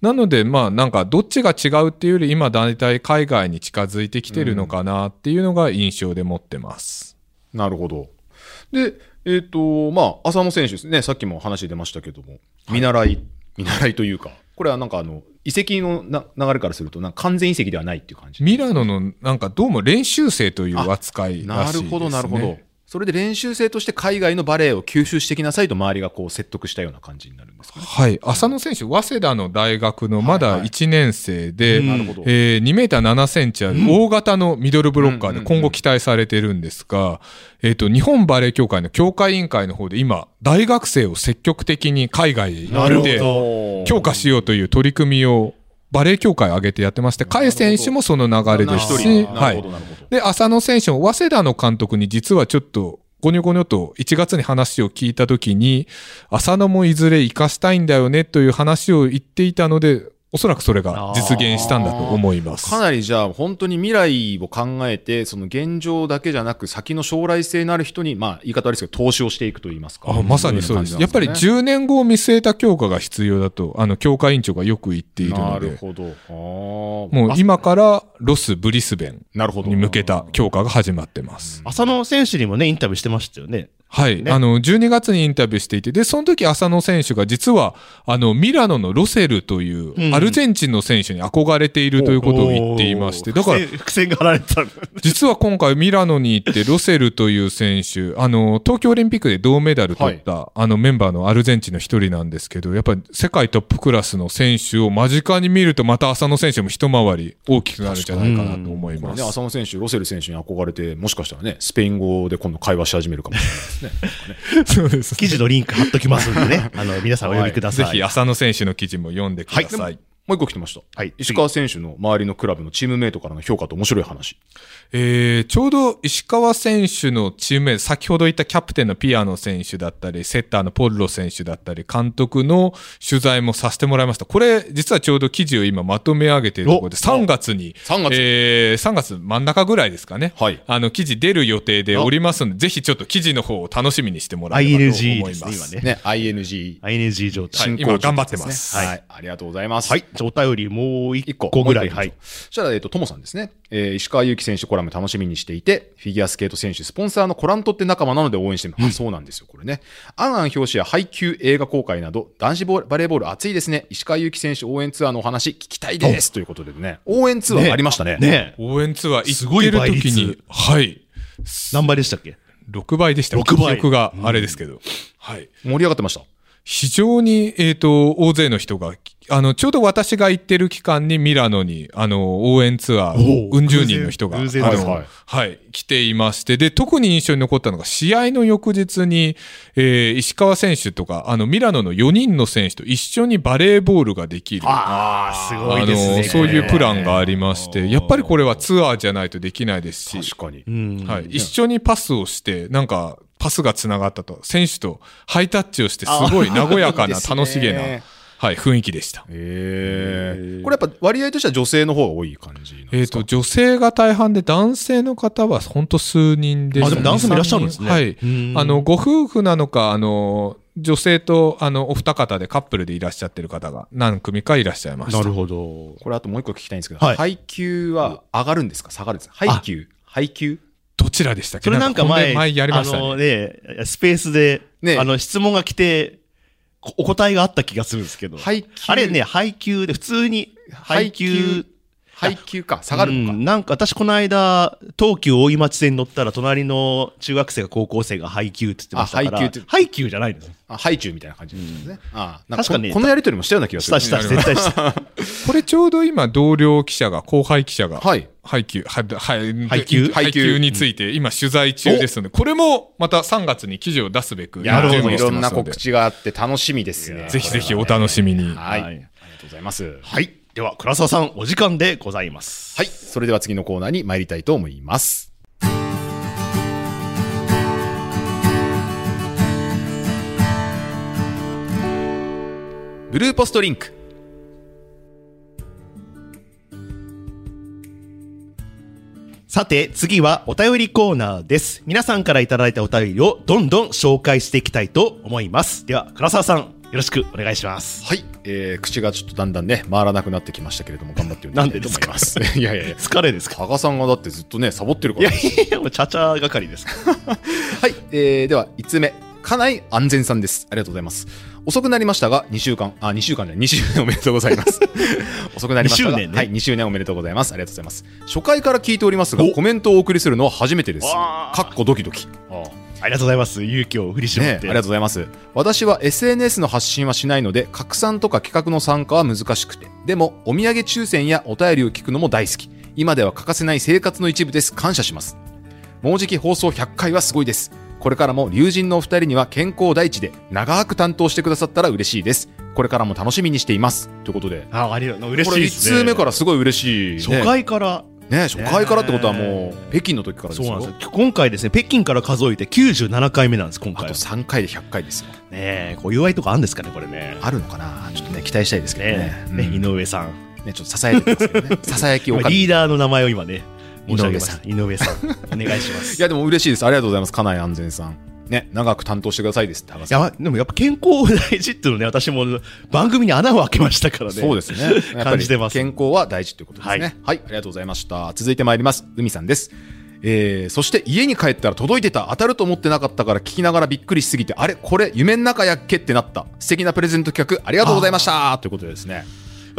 S3: なので、まあなんかどっちが違うっていうより今大体海外に近づいてきてるのかなっていうのが印象で持ってます。
S2: なるほど。で、えっ、と、まあ、浅野選手ですね。さっきも話出ましたけども、見習い、見習いというか、これはなんかあの、移籍のな流れからすると、なんか完全移籍ではないっていう感じ。
S3: ミラノのなんかどうも練習生という扱いらしいです、
S2: なる
S3: ね。
S2: ほど、なるほど。それで練習生として海外のバレエを吸収してきなさいと周りがこう説得したような感じになるんですかね。
S3: はい。浅野選手、早稲田の大学のま
S2: はい
S3: だ
S2: はい
S3: 1年生で、
S1: うん
S2: なるほど。
S3: えー2メーター7センチある大型のミドルブロッカーで
S2: うん
S3: 今後期待されてるんですが、えっと、日本バレエ協会の協会委員会の方で今、大学生を積極的に海外に
S1: なる
S3: 行っ
S1: ほ
S3: て
S1: ど
S3: 強化しようという取り組みをバレエ協会挙げてやってまして、甲斐選手もその流れです
S2: 一
S3: し、
S2: 人な
S3: は
S2: るほ
S3: い
S2: ど、。なるほど。
S3: で、浅野選手も早稲田の監督に実はちょっと、ごにょごにょと1月に話を聞いたときに、浅野もいずれ生かしたいんだよねという話を言っていたので、おそらくそれが実現したんだと思います。
S2: かなりじゃあ本当に未来を考えて、その現状だけじゃなく先の将来性のある人に、まあ言い方悪いですけど、投資をしていくと言いますか。
S3: あまさにそうです。
S2: い
S3: や
S2: よ
S3: っぱ
S2: な
S3: り
S2: 感じ
S3: 10年後を見据えた強化が必要だと、あの、強化委員長がよく言っている
S2: な
S3: の
S2: んで
S3: で、
S2: すねなるほど。あー
S3: もう今からロス・ブリスベン
S2: あなるほど。
S3: に向けた強化が始まってます。
S1: 浅野選手にもね、インタビューしてましたよね。
S3: はい、
S1: ね
S3: あの12月にインタビューしていてでその時浅野選手が実はあのミラノのロセルとい
S1: うんう
S3: うんアルゼンチンの選手に憧れているということを言っていまして
S1: おー
S3: だから
S1: 伏線伏線が張られてたんだ
S3: 実は今回ミラノに行ってロセルという選手あの東京オリンピックで銅メダル取った、あのメンバーのアルゼンチンの一人なんですけどやっぱり世界トップクラスの選手を間近に見るとまた浅野選手も一回り大きくなるんじゃないかなと思い
S2: これ
S3: ま
S2: ね、
S3: す。
S2: 浅野選手、ロセル選手に憧れて、もしかしたらね、スペイン語で今度会話し始めるかもしれないですね。
S3: そうです
S1: 記事のリンク貼っときますんでね。あの、皆さんお呼びくださ
S3: ぜ
S1: い。
S3: ひ浅野選手の記事も読んでください
S2: もう一個来てました。
S1: はい
S2: 石川選手の周りのクラブのチームメイトからの評価と面白い話。
S3: えーちょうど石川選手のチームメイト、先ほど言ったキャプテンのピアノ選手だったり、セッターのポルロ選手だったり、監督の取材もさせてもらいました。これ、実はちょうど記事を今まとめ上げているところで、
S2: お
S3: 3月に、
S2: 3月
S3: えー3月真ん中ぐらいですかね。
S2: はい
S3: あの、記事出る予定でおりますので、ぜひちょっと記事の方を楽しみにしてもらえればと思い
S1: ING
S3: ま。
S1: ですすね、今ね。
S2: ね、ING。
S1: ING 状態。
S3: はい今頑張ってます
S2: はい、
S1: は
S2: ありがとうございます。
S1: はい。じゃあお便りもう一
S2: 一
S1: 個
S2: 個。
S1: ぐらい。
S2: も
S1: は
S2: う一
S1: い
S2: 個。そしたら、えっと、ともさんですね。えー石川祐希選手コラム楽しみにしていて、フィギュアスケート選手、スポンサーのコラントって仲間なので応援してます。あそうなんですよ、これね。アンアン表紙や配給映画公開など、男子ボバレーボール熱いですね。石川祐希選手応援ツアーのお話聞きたいです。ということでね、応援ツアーありましたね。
S1: ねえ。
S3: 応援ツア
S1: す
S3: ー行っ
S1: ごい
S3: てる
S1: 倍率
S3: 時に、はい、
S1: 何倍でしたっけ
S3: 6倍でした。
S1: 6倍
S3: 記憶があれですけど。はい。
S2: 盛り上がってました。
S3: 非常に、えっ、と、大勢の人が、あの、ちょうど私が行ってる期間にミラノに、あの、応援ツアー
S1: お、う
S3: うん十人の人が、あ
S1: 偶然
S3: の
S1: 偶然
S2: はいはい
S3: はい、来ていまして、で、特に印象に残ったのが、試合の翌日に、えー石川選手とか、あの、ミラノの4人の選手と一緒にバレーボールができる。
S1: ああ、すごいです
S3: あ
S1: ね。
S3: の、そういうプランがありまし
S2: あ
S3: て、
S2: ー
S3: やっぱりこれはツアーじゃないとできないですし、
S2: 確かに
S1: う。ん。
S3: はい、一緒にパスをして、なんか、パスが繋がったと、選手とハイタッチをして、すごい和やか
S2: いいで
S3: な、
S2: すね
S3: 楽しげな、はい、雰囲気でした。
S2: えーこれやっぱ割合としては女性の方が多い感じなん
S3: え
S2: で
S3: っ
S2: すか
S3: と、女性が大半で、男性の方は本当数人で
S1: あ、
S3: す
S1: でも男性もいらっしゃるんですね。
S3: はい。
S1: うん
S3: あの、、ご夫婦なのか、あの、女性と、あの、お二方でカップルでいらっしゃってる方が何組かいらっしゃいました。
S1: なるほど。
S2: これあともう一個聞きたいんですけど、
S1: はい
S2: 配給は上がるんですか下がるんですか配給配給
S3: どちらでしたっけ
S1: それなんか前、
S3: なん前やりました
S1: あの
S3: ね。
S1: ね、スペースで、
S2: ね
S1: あの、質問が来て、こお答えがあった気がするんですけど。
S2: 配給
S1: あれね、配給で、普通に、配給、
S2: 配給か下がるの
S1: う
S2: か、
S1: んなんか私この間、東急大井町線に乗ったら、隣の中学生が高校生が配給って言ってましたから。
S2: あ配給って
S1: 配給じゃないんですよ。
S2: あ配給みたいな感じなんですね、ああなん
S1: 確かに
S2: ここのやり取りもしたような気がす
S1: し
S2: る
S1: たした、絶対 した。
S3: これちょうど今、同僚記者が、後輩記者が、
S2: はい
S3: 配給、は、はい、
S1: 配給
S3: 配給について今取材中ですので、これもまた3月に記事を出すべく、
S2: や
S1: なるほ
S2: る
S1: ど
S2: ほど
S3: 準備
S2: い
S3: し
S2: ろ
S3: て
S2: ん
S3: ま
S2: な
S3: すので
S2: 告知があって楽しみですね
S3: ぜひぜひお楽しみに。
S2: はい、
S1: は
S2: はいい、ありがとうございますは
S1: はい。では、倉沢さん、お時間でございます。
S2: いそれでは次のコーナーに参りたいと思いますブルーポストリンク
S1: さて、次はお便りコーナーです。皆さんからいただいたお便りをどんどん紹介していきたいと思います。では、倉沢さん、よろしくお願いします。
S2: はい、えー、口がちょっとだんだんね回らなくなってきましたけれども頑張って読んでいきたいと思います。 いやいやいや。
S1: 疲れですか
S2: 加賀さんがだってずっとねサボってるか
S1: いや
S2: ら。
S1: いや、もうちゃちゃ係 ですか
S2: はい、えー、では5つ目。家内安全さんです。ありがとうございます。遅くなりましたが、2週間、あ、2週間じゃない、2周年おめでとうござ います。遅くなりましたが、
S1: 二周年ね
S2: はい、2周年おめでとうございます。ありがとうございます。初回から聞いておりますが、コメントをお送りするのは初めてです。
S1: わー
S2: かっこドキドキ。あ
S1: ありがとうございます。勇気を振り絞っ
S2: ね、あ
S1: て。
S2: りがとうございます。私は SNS の発信はしないので、拡散とか企画の参加は難しくて。でも、お土産抽選やお便りを聞くのも大好き。今では欠かせない生活の一部です。感謝します。もうじき放送100回はすごいです。これからも龍神のお二人には健康第一で長く担当してくださったら嬉しいです。これからも楽しみにしています。ということで。
S1: あ、ありがとう。嬉
S2: こ
S1: しい
S2: れ
S1: で
S2: 1
S1: すね。
S2: 通目からすごい嬉しい、ね。
S1: 初回から。
S2: ね、初回からってことはもう、北京の時からです
S1: そうな
S2: よ。
S1: んですよ。今回ですね、北京から数えて97回目なんです、今
S2: あ
S1: 回
S2: と
S1: は。
S2: 3回で100回ですよ。
S1: ねえ、お祝いとかあるんですかね、これね。
S2: あるのかなちょっとね、期待したいですけどね
S1: ね。え、
S2: うん
S1: ね井上さん。
S2: ね、ちょっと支えてますけど ね。ささやきお
S1: 今
S2: か
S1: リーダーの名前を今ね、申し上げま
S2: 井上
S1: した。井上さん。 お願いします。
S2: いや、でも嬉しいです。ありがとうございます。家内安全さん。ね、長く担当してくださいですって、博士
S1: い。やでもやっぱ健康を大事っていうのね、私も番組に穴を開けましたからね。
S2: そうですね。やっぱ
S1: 感
S2: り
S1: じてます
S2: 健康は大事ということですね。は、
S1: はい
S2: ありがとうございました。続いてまいります。海さんです。えー、そして家に帰ったら届いてた当たると思ってなかったから聞きながらびっくりしすぎてあれこれ夢の中やっけってなった素敵なプレゼント企画ありがとうございましたということでですね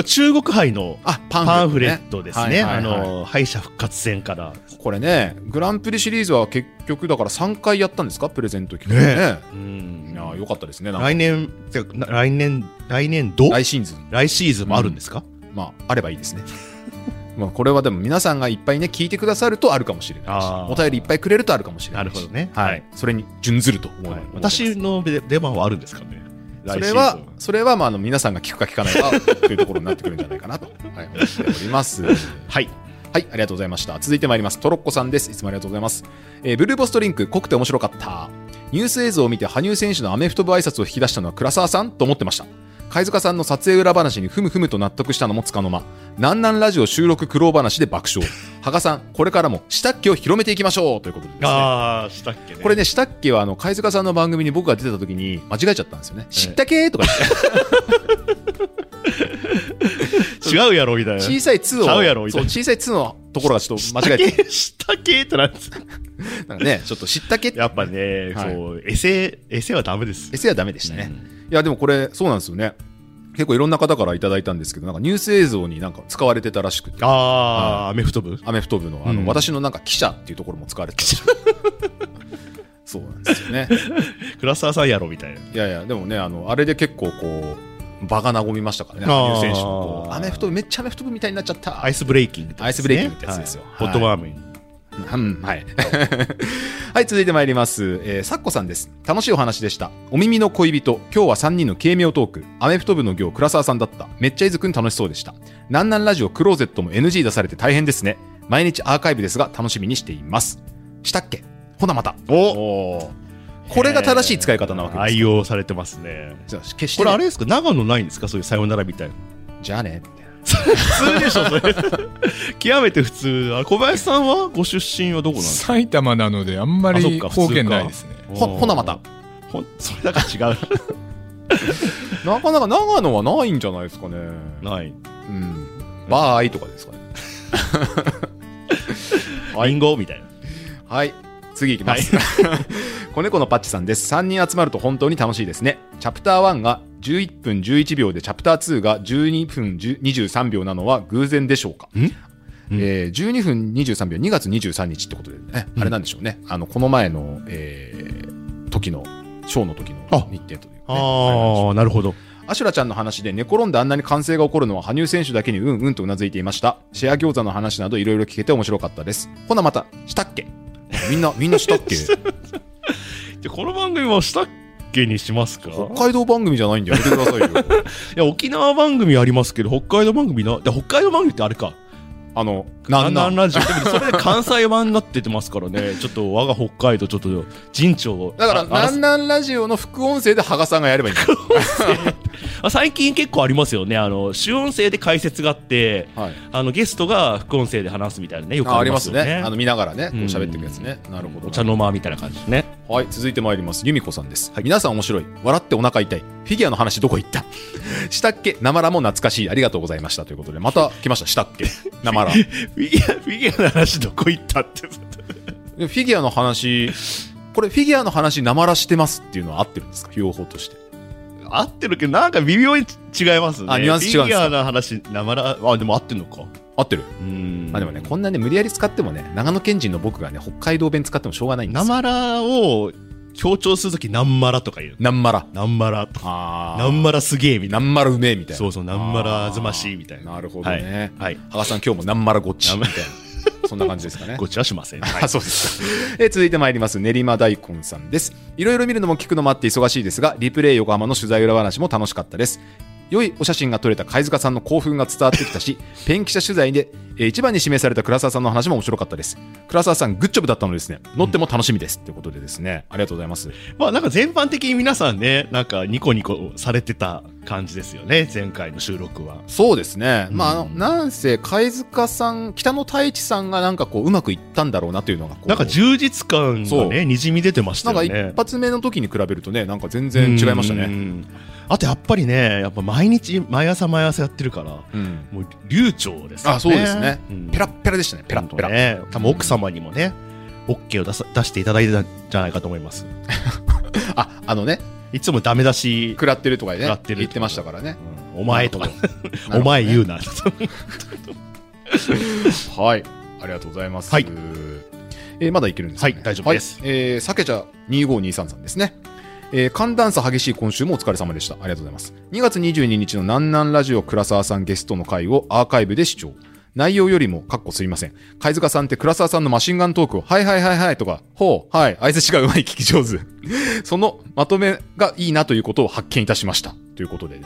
S1: 中国杯の
S2: あ
S1: パ
S2: パ
S1: ン
S2: ンフ
S1: フ
S2: レ
S1: レ
S2: ッ
S1: ット
S2: トね
S1: ですね。
S2: はいは
S1: あ
S2: いはい
S1: の、敗者復活戦から。
S2: これねグランプリシリーズは結局だから3回やったんですかプレゼント企画ね
S1: うん
S2: いやーよかったですねなんか
S1: 来年、てかな来年、来年度
S2: 来シーズン
S1: 来シーズンもあるんですか
S2: まあ、あればいいですね。 まあ、これはでも皆さんがいっぱいね、聞いてくださるとあるかもしれないし
S1: あ、ー
S2: お便りいっぱいくれるとあるかもしれないし。
S1: なるほどね
S2: はい。
S1: はい
S2: それに準ずると思う、
S1: はい
S2: 思ってます
S1: 私の出出番はあるんですかね来
S2: そ
S1: シ
S2: れ
S1: ーズン
S2: は、それは、まあ、あの、皆さんが聞くか聞かない かというところになってくるんじゃないかなと、はい、思っております。
S1: はい。
S2: はい、ありがとうございました。続いてまいります。トロッコさんです。いつもありがとうございます。えーブルーボストリンク、濃くて面白かった。ニュース映像を見て、羽生選手のアメフト部挨拶を引き出したのは倉沢さんと思ってました。貝塚さんの撮影裏話にふむふむと納得したのもつかの間。なんなんラジオ収録苦労話で爆笑。羽賀さん、これからも下っきを広めていきましょうということでですね。
S1: ああ、したっけね。
S2: これね、したっけは、あの、貝塚さんの番組に僕が出た時に間違えちゃったんですよね。知ったけーとか言って。
S1: 違うやろみたいな。
S2: 小さい2を、
S1: ちゃうやろみた
S2: そ
S1: いうな
S2: 小さい2のところがちょっと間違えて、
S1: したっけってなんです
S2: なんかね、ちょっと知ったけって
S1: やっぱね、
S2: はい
S1: そう、エセ、エセはダメです。
S2: S はダメでしたね、いやでもこれそうなんですよね結構いろんな方からいただいたんですけどなんかニュース映像になんか使われてたらしくて
S1: ああ、アメフト部
S2: アメフト部のあの、
S1: うん
S2: 私のなんか記者っていうところも使われてたらしくて そうなんですよね
S1: 倉沢さんやろみたいな。
S2: いやいやでもねあのあれで結構こう場が和みましたからね
S1: あー
S2: 羽生選手のこうアメフト部めっちゃアメフト部みたいになっちゃった
S1: アイスブレイキングってやつですね、
S2: アイスブレイキングってやつですよ
S1: はい
S2: はい
S1: ホットワームに
S2: うん、はい。 はい、続いてまいります。えー、サッコさんです。楽しいお話でした。お耳の恋人、今日は3人の軽妙トーク、アメフト部の行、倉沢さんだった。めっちゃ伊豆くん楽しそうでした。なんなんラジオ、クローゼットも NG 出されて大変ですね。毎日アーカイブですが、楽しみにしています。したっけほなまた。おーこれが正しい使い方なわけです
S1: 愛
S2: よ。
S1: 用されてますね。
S2: じゃあ決して
S1: こ
S2: ね、
S1: れあれですか長野ないんですかそういうさよならみたいな。
S2: じゃあね。
S1: 普通でしょ、それ。 極めて普通。あれ小林さんはご出身はどこなんですか
S3: 埼玉なのであんま
S1: あそっ
S3: り
S1: か普通か
S3: 方言ないですね。
S2: ほほなまた。
S1: ほんそれだから違う。
S2: なかなか長野はないんじゃないですかね。
S1: ない。
S2: うん。バーイとかですかね。
S1: リンゴみたいな。
S2: はい次いきます、 子猫のパッチさんです3人集まると本当に楽しいですねチャプター1が11分11秒でチャプター2が12分10 23秒なのは偶然でしょうか
S1: ん
S2: えー12分23秒2月23日ってことでね、あれなんでしょうねあのこの前の、えー時のショーの時の
S1: あ
S2: 日程というかね
S1: ああ、なるほど。
S2: アシュラちゃんの話で寝転んであんなに歓声が起こるのは羽生選手だけにうんうんとうなずいていました。シェア餃子の話などいろいろ聞けて面白かったです。ほなまた、したっけ みんな、みんなしたっけ
S1: でこの番組はしたっけにしますかい
S2: 北海道番組じゃないんでやめてくださいよ。
S1: や、沖縄番組ありますけど、北海道番組な、で北海道番組ってあれか。
S2: あの、なんな。
S1: なんん
S2: だ
S1: ラジオ。でもそれで関西版になっててますからね。 ちょっと我が北海道、ちょっと人長を。
S2: から、
S1: ああ
S2: なんなんラジオの副音声で羽賀さんがやればいいんだよ。
S1: あ最近結構ありますよね。あの、主音声で解説があって、
S2: はい。
S1: あの、ゲストが副音声で話すみたいなね、よく
S2: あ
S1: あ
S2: あり
S1: りま
S2: ますす
S1: よね。
S2: ね。あの、見ながらね、こう
S1: うん
S2: 喋っていくやつね。なるほど。
S1: お茶の間みたいな感じですね。
S2: はい、続いてまいります。由美子さんです。皆さん面白い。笑ってお腹痛い。フィギュアの話どこ行ったしたっけなまらも懐かしい。ありがとうございました。ということで、また来ました。したっけな まら。い
S1: フィギュア、フィギュアの話どこ行ったって。
S2: やフィギュアの話、これフィギュアの話なまらしてますっていうのは合ってるんですか用法として。
S1: 合ってるけど、なんか微妙に違いますね。
S2: あニュアンス違うんです
S1: フィ
S2: か
S1: ギュアの話、なまら、あ、でも合ってんのか。
S2: 合ってる。
S1: うん
S2: まあでもね、こんなね、無理やり使ってもね、長野県人の僕がね、北海道弁使ってもしょうがないんで
S1: な
S2: すよ。
S1: まらを強調するとき、なんまらとか言う。
S2: なんまら。
S1: なんまらとか。
S2: あ
S1: なんまらすげえみた
S2: ないんまらうめえみ
S1: な。
S2: たいな。
S1: そうそう、なんまらずましいみたいな。
S2: なるほどね。
S1: はいはい
S2: 羽賀さん、今日もなんまらごっち。
S1: なん
S2: み
S1: ま
S2: たいな。そんな感じですかね。
S1: ごちはしません。
S2: あそうです かえー続いてまいります練馬大根さんですいろいろ見るのも聞くのもあって忙しいですがリプレイ横浜の取材裏話も楽しかったです良いお写真が撮れた貝塚さんの興奮が伝わってきた しペン記者取材でえー一番に指名された倉沢さんの話も面白かったです倉沢さんグッジョブだったのでですね乗っても楽しみですということでですねありがとうございます
S1: まあなんか全般的に皆さんね、なんかニコニコされてた感じですよね、前回の収録は。
S2: そうですね、まあ、あの
S1: うん
S2: なんせ貝塚さん北野太一さんがなんかこううまくいったんだろうなというのがこう
S1: なんか充実感
S2: そ
S1: が
S2: う
S1: ね、にじみ出てました
S2: なんか
S1: よね。
S2: 一発目の時に比べるとねなんか全然違いました
S1: う
S2: ね
S1: ん。あとやっぱりね、やっぱ毎日、毎朝毎朝やってるから、
S2: うん
S1: もう流暢ですよね。
S2: あそうですね、
S1: うん
S2: ペラッペラでしたねペラッペラ、
S1: ね、多分奥様にもね、OK を出さ出していただいてたんじゃないかと思います。
S2: ああのね
S1: いつもダメ出し、
S2: 食らってるとかね
S1: 食らってるとか
S2: 言ってましたからね
S1: お前とか、
S2: なるほど ね
S1: お前言うな。
S2: はいありがとうございます、
S1: はい
S2: えーまだいけるんですかね
S1: はい大丈夫です
S2: はいえー、さけちゃ2523さんですねえー寒暖差激しい今週もお疲れ様でした。ありがとうございます。2月22日の南南ラジオ倉沢さんゲストの回をアーカイブで視聴。内容よりも、かっこすいません。貝塚さんって倉沢さんのマシンガントークを、はいはいはいはいとか、ほう、はい、相槌がうまい聞き上手。 そのまとめがいいなということを発見いたしました。ということでね、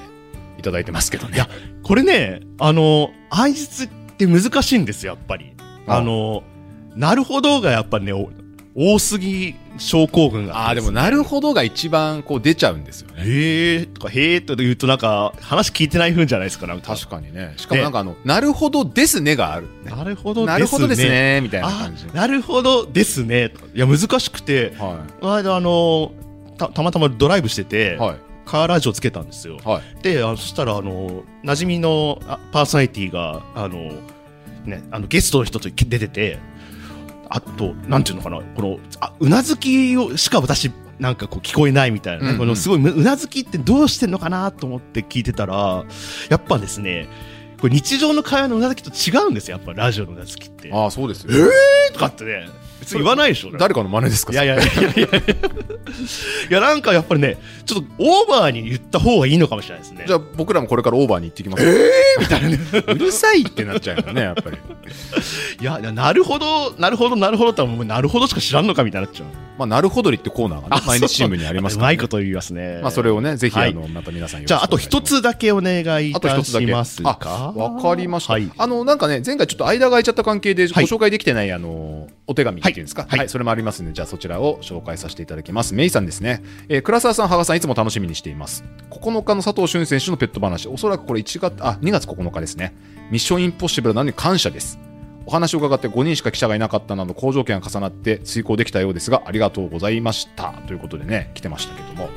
S2: いただいてますけどね。
S1: いやこれね、あの、相槌って難しいんですよ、やっぱり。
S2: ああ
S1: あの、なるほどがやっぱね、お多すぎ症候群が
S2: ああ、でも、なるほどが一番こう出ちゃうんですよね。
S1: へえとか、へえと言うとなんか、話聞いてない風じゃないですか、なんか。
S2: 確かにね。しかもなんかあの、なるほどですねがある、ね。
S1: なるほどですね。
S2: なるほどです。ね、みたいな
S1: あ
S2: 感じ。
S1: なるほどですね。とかいや、難しくて、
S2: は
S1: この間あの、たたまたまドライブしてて、
S2: い。はい。
S1: カーラジオつけたんですよ。
S2: はい。
S1: で、あのそしたら、あの、馴染みのあパーソナリティが、あの、ね、あのゲストの人と出てて、あと、なんていうのかな、この、あうなずきをしか私、なんかこう聞こえないみたいなね、
S2: うんうん
S1: このすごいうなずきってどうしてんのかなと思って聞いてたら、やっぱですね、これ日常の会話のうなずきと違うんですよ、やっぱラジオのうなずきって。
S2: ああ、そうですよ。
S1: とかってね、別に言わないでしょ、
S2: 誰かの真似ですか
S1: いやいやいやいやいやいやなんかやっぱりねちょっとオーバーに言った方がいいのかもしれないですね
S2: じゃあ僕らもこれからオーバーに行ってきます。ええみたいなね。 うるさいってなっちゃうよね、やっぱり。
S1: いやいやなるほどなるほどなるほどってもうなるほどしか知らんのかみたいになっちゃう
S2: まあ、なるほどりってコーナーがね、毎日新聞にあります
S1: う
S2: か
S1: ま
S2: ら、
S1: い
S2: ね
S1: こ。と言いますね
S2: まあ、それをね、ぜひ、
S1: は
S2: あ
S1: い
S2: の、また皆さんよろしく
S1: じゃああと
S2: お願いしま
S1: 一
S2: す
S1: つだけお願いい
S2: あと
S1: た
S2: 一つだ
S1: し
S2: け。
S1: ますか
S2: わかりました、
S1: はい
S2: あの、なんかね、前回ちょっと間が空いちゃった関係で、ご
S1: はい
S2: 紹介できてない、あの、お手紙っていうんですか、は、
S1: はいい
S2: それもありますんで、じゃあそちらを紹介させていただきます。メイさんですね。えー、倉沢さん、羽賀さん、いつも楽しみにしています。9日の佐藤俊選手のペット話、おそらくこれ1月、あ、2月9日ですね。ミッションインポッシブルなのに感謝です。お話を伺って5人しか記者がいなかったなど、好条件が重なって遂行できたようですが、ありがとうございました。ということでね、来てましたけども。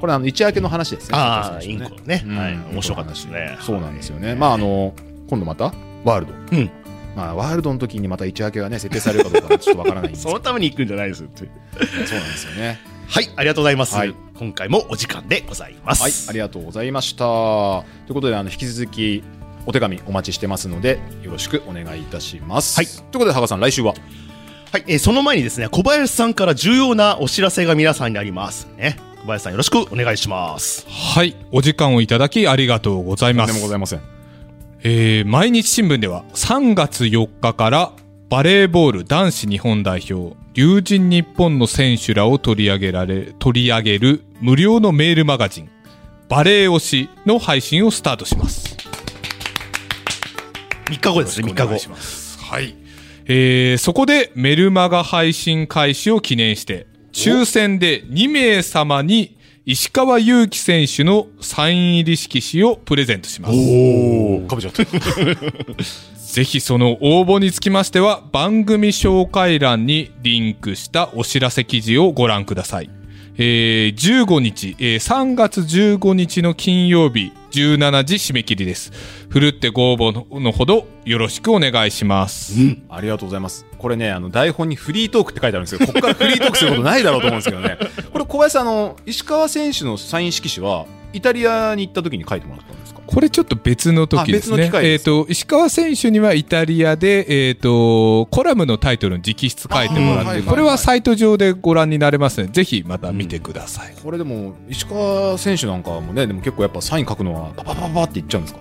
S2: これ、あの、一夜明けの話ですね。佐
S1: ああ
S2: 藤
S1: イン
S2: 選手の
S1: コね、
S2: うん
S1: はい面白かったですね
S2: そうなんですよね。まああの今度またワールド。
S1: うん
S2: まあワールドの時にまた一夜明けがね設定されるかどうかはちょっとわからないんですけ
S1: そ
S2: ど、
S1: のために行くんじゃないですって
S2: そうなんですよね。
S1: はいありがとうございます、
S2: はい
S1: 今回もお時間でございます
S2: はい、ありがとうございました。ということであの引き続きお手紙お待ちしてますのでよろしくお願いいたします。
S1: はい
S2: ということで羽賀さん来週は
S1: はい、えーその前にですね、小林さんから重要なお知らせが皆さんにありますね。小林さんよろしくお願いします。
S3: はい。お時間をいただきありがとうござい
S2: とん
S3: ま
S2: ですも。ございません。
S3: えー毎日新聞では3月4日からバレーボール男子日本代表、龍神日本の選手らを取り上げられ、取り上げる無料のメールマガジン、バレー推しの配信をスタートします。
S1: 3日後ですね、3日後。
S3: はい。えーそこでメルマガ配信開始を記念して、抽選で2名様に石川祐希選手のサイン入り色紙をプレゼントします。
S2: おお、かぶちゃった。
S3: ぜひその応募につきましては番組紹介欄にリンクしたお知らせ記事をご覧ください。えー15日、えー3月15日の金曜日17時締め切りです。ふるってご応募ののほどよろしくお願いします。
S2: ありがとうございます。これね、あの、台本にフリートークって書いてあるんですけど、ここからフリートークすることないだろうと思うんですけどね。これ、小林さん、あの、石川選手のサイン色紙は、イタリアに行った時に書いてもらったんですか
S3: これちょっと別の時ですね。
S2: あ別の機会
S3: え
S2: で
S3: っ、
S2: す
S3: と、石川選手にはイタリアで、えっ、と、コラムのタイトルの直筆書いてもら
S2: あーはいはい
S3: っ
S2: は
S3: て、
S2: い
S3: これはサイト上でご覧になれますので、ぜひまた見てください。
S2: これでも、石川選手なんかもね、でも結構やっぱサイン書くのは、パパパパパっていっちゃうんですか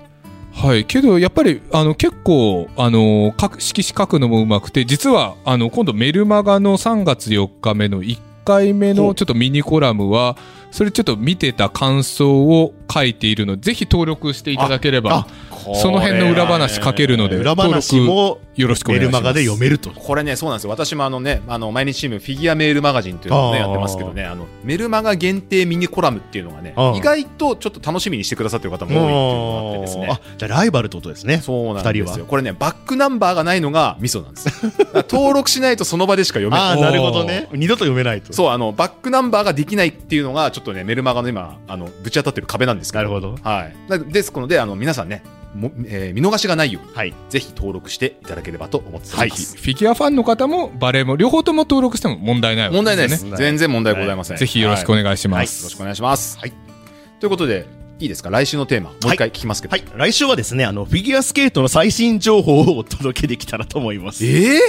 S3: はい。けど、やっぱり、あの、結構、あの、書く色紙書くのもうまくて、実は、あの、今度メルマガの3月4日目の1回目
S1: ほ
S3: の
S1: う
S3: ちょっとミニコラムは、それちょっと見てた感想を書いているので、ぜひ登録していただければ、その辺の裏話書けるので、
S1: 裏
S3: 登
S1: 話
S3: 録
S1: も
S3: よろしくお
S1: メ
S3: 願
S1: ル
S3: いします。
S1: マガで読めると。
S2: これね、そうなんですよ。私もあのね、あの、毎日チームフィギュアメールマガジンというのをね、
S1: あー
S2: やってますけどね、あの、メルマガ限定ミニコラムっていうのがね
S1: あ、ー
S2: 意外とちょっと楽しみにしてくださってる方も多いっていうのがあってですね。
S1: あじゃあライバルってことですね。
S2: そうなん
S1: 二
S2: で
S1: 人
S2: す
S1: は
S2: よ。これね、バックナンバーがないのがミソなんです。 だから登録しないとその場でしか読め
S1: あ
S2: な
S1: あ、
S2: い。
S1: なるほどね。二度と読めないと。
S2: そう、あの、バックナンバーができないっていうのが、ちょっとね、メルマガの今、あの、ぶち当たってる壁なんですけ
S1: な
S2: ど。
S1: るほど。
S2: はい。なですので、あの、皆さんね、もえー見逃しがないように、
S1: はい。
S2: ぜひ登録していただければと思っておりま
S3: フ
S2: す。
S3: ィギュアファンの方も、バレーも、両方とも登録しても問題ないわけ
S2: 問題ないで
S3: ね
S2: す。全然問題ございません。
S3: ぜひよろしくお
S2: はい
S3: 願いし
S1: は
S3: ま
S1: い
S3: す。
S2: よろしくお願いします。
S1: はい
S2: ということで、いいですか来週のテーマ、もう一回聞きますけど。
S1: はい。来週はですね、あの、フィギュアスケートの最新情報をお届けできたらと思います。
S2: ええ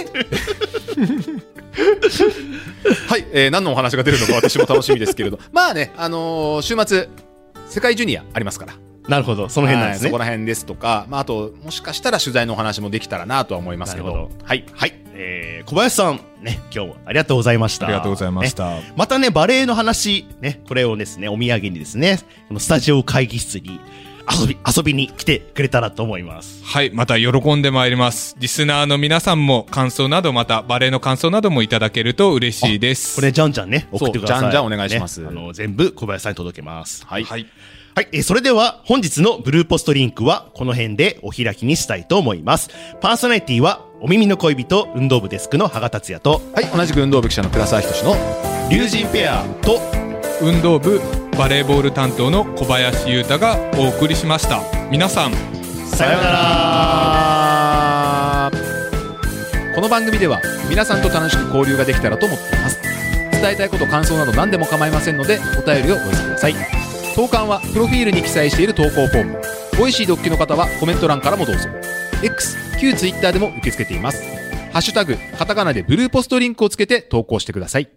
S2: はい、えー何のお話が出るのか私も楽しみですけれど、まあね、あのー週末、世界ジュニアありますから、
S1: なるほど。その辺なんです
S2: はいそ
S1: ね。
S2: こら辺ですとか、まあ、あと、もしかしたら取材のお話もできたらなとは思いますけど、
S1: なるほ
S2: はい、
S1: はい。えー、小林さん、ね、今日もありがとうございました。
S3: ありがとうございまし
S1: ね
S3: た。
S1: またね、バレエの話、ね、これをですね、お土産にですね、このスタジオ会議室に遊び、遊びに来てくれたらと思います。
S3: はい、また喜んでまいります。リスナーの皆さんも感想など、またバレーの感想などもいただけると嬉しいです。
S1: これ、じゃんじゃんね、送ってください。
S2: そうじゃんじゃんお願いします
S1: ねあの、全部小林さんに届けます。
S2: はい、
S3: はい。
S1: はい、えーそれでは本日のブルーポストリンクはこの辺でお開きにしたいと思います。パーソナリティはお耳の恋人運動部デスクの羽賀達也と
S2: はい同じく運動部記者の倉沢仁の
S1: 龍神ペアと
S3: 運動部バレーボール担当の小林優太がお送りしました。皆さん、
S1: さようなら
S2: この番組では皆さんと楽しく交流ができたらと思っています伝えたいこと感想など何でも構いませんのでお便りをお寄せください投函はプロフィールに記載している投稿フォームボイシードッキの方はコメント欄からもどうぞ X 旧 Twitter でも受け付けていますハッシュタグカタカナでブルーポストリンクをつけて投稿してください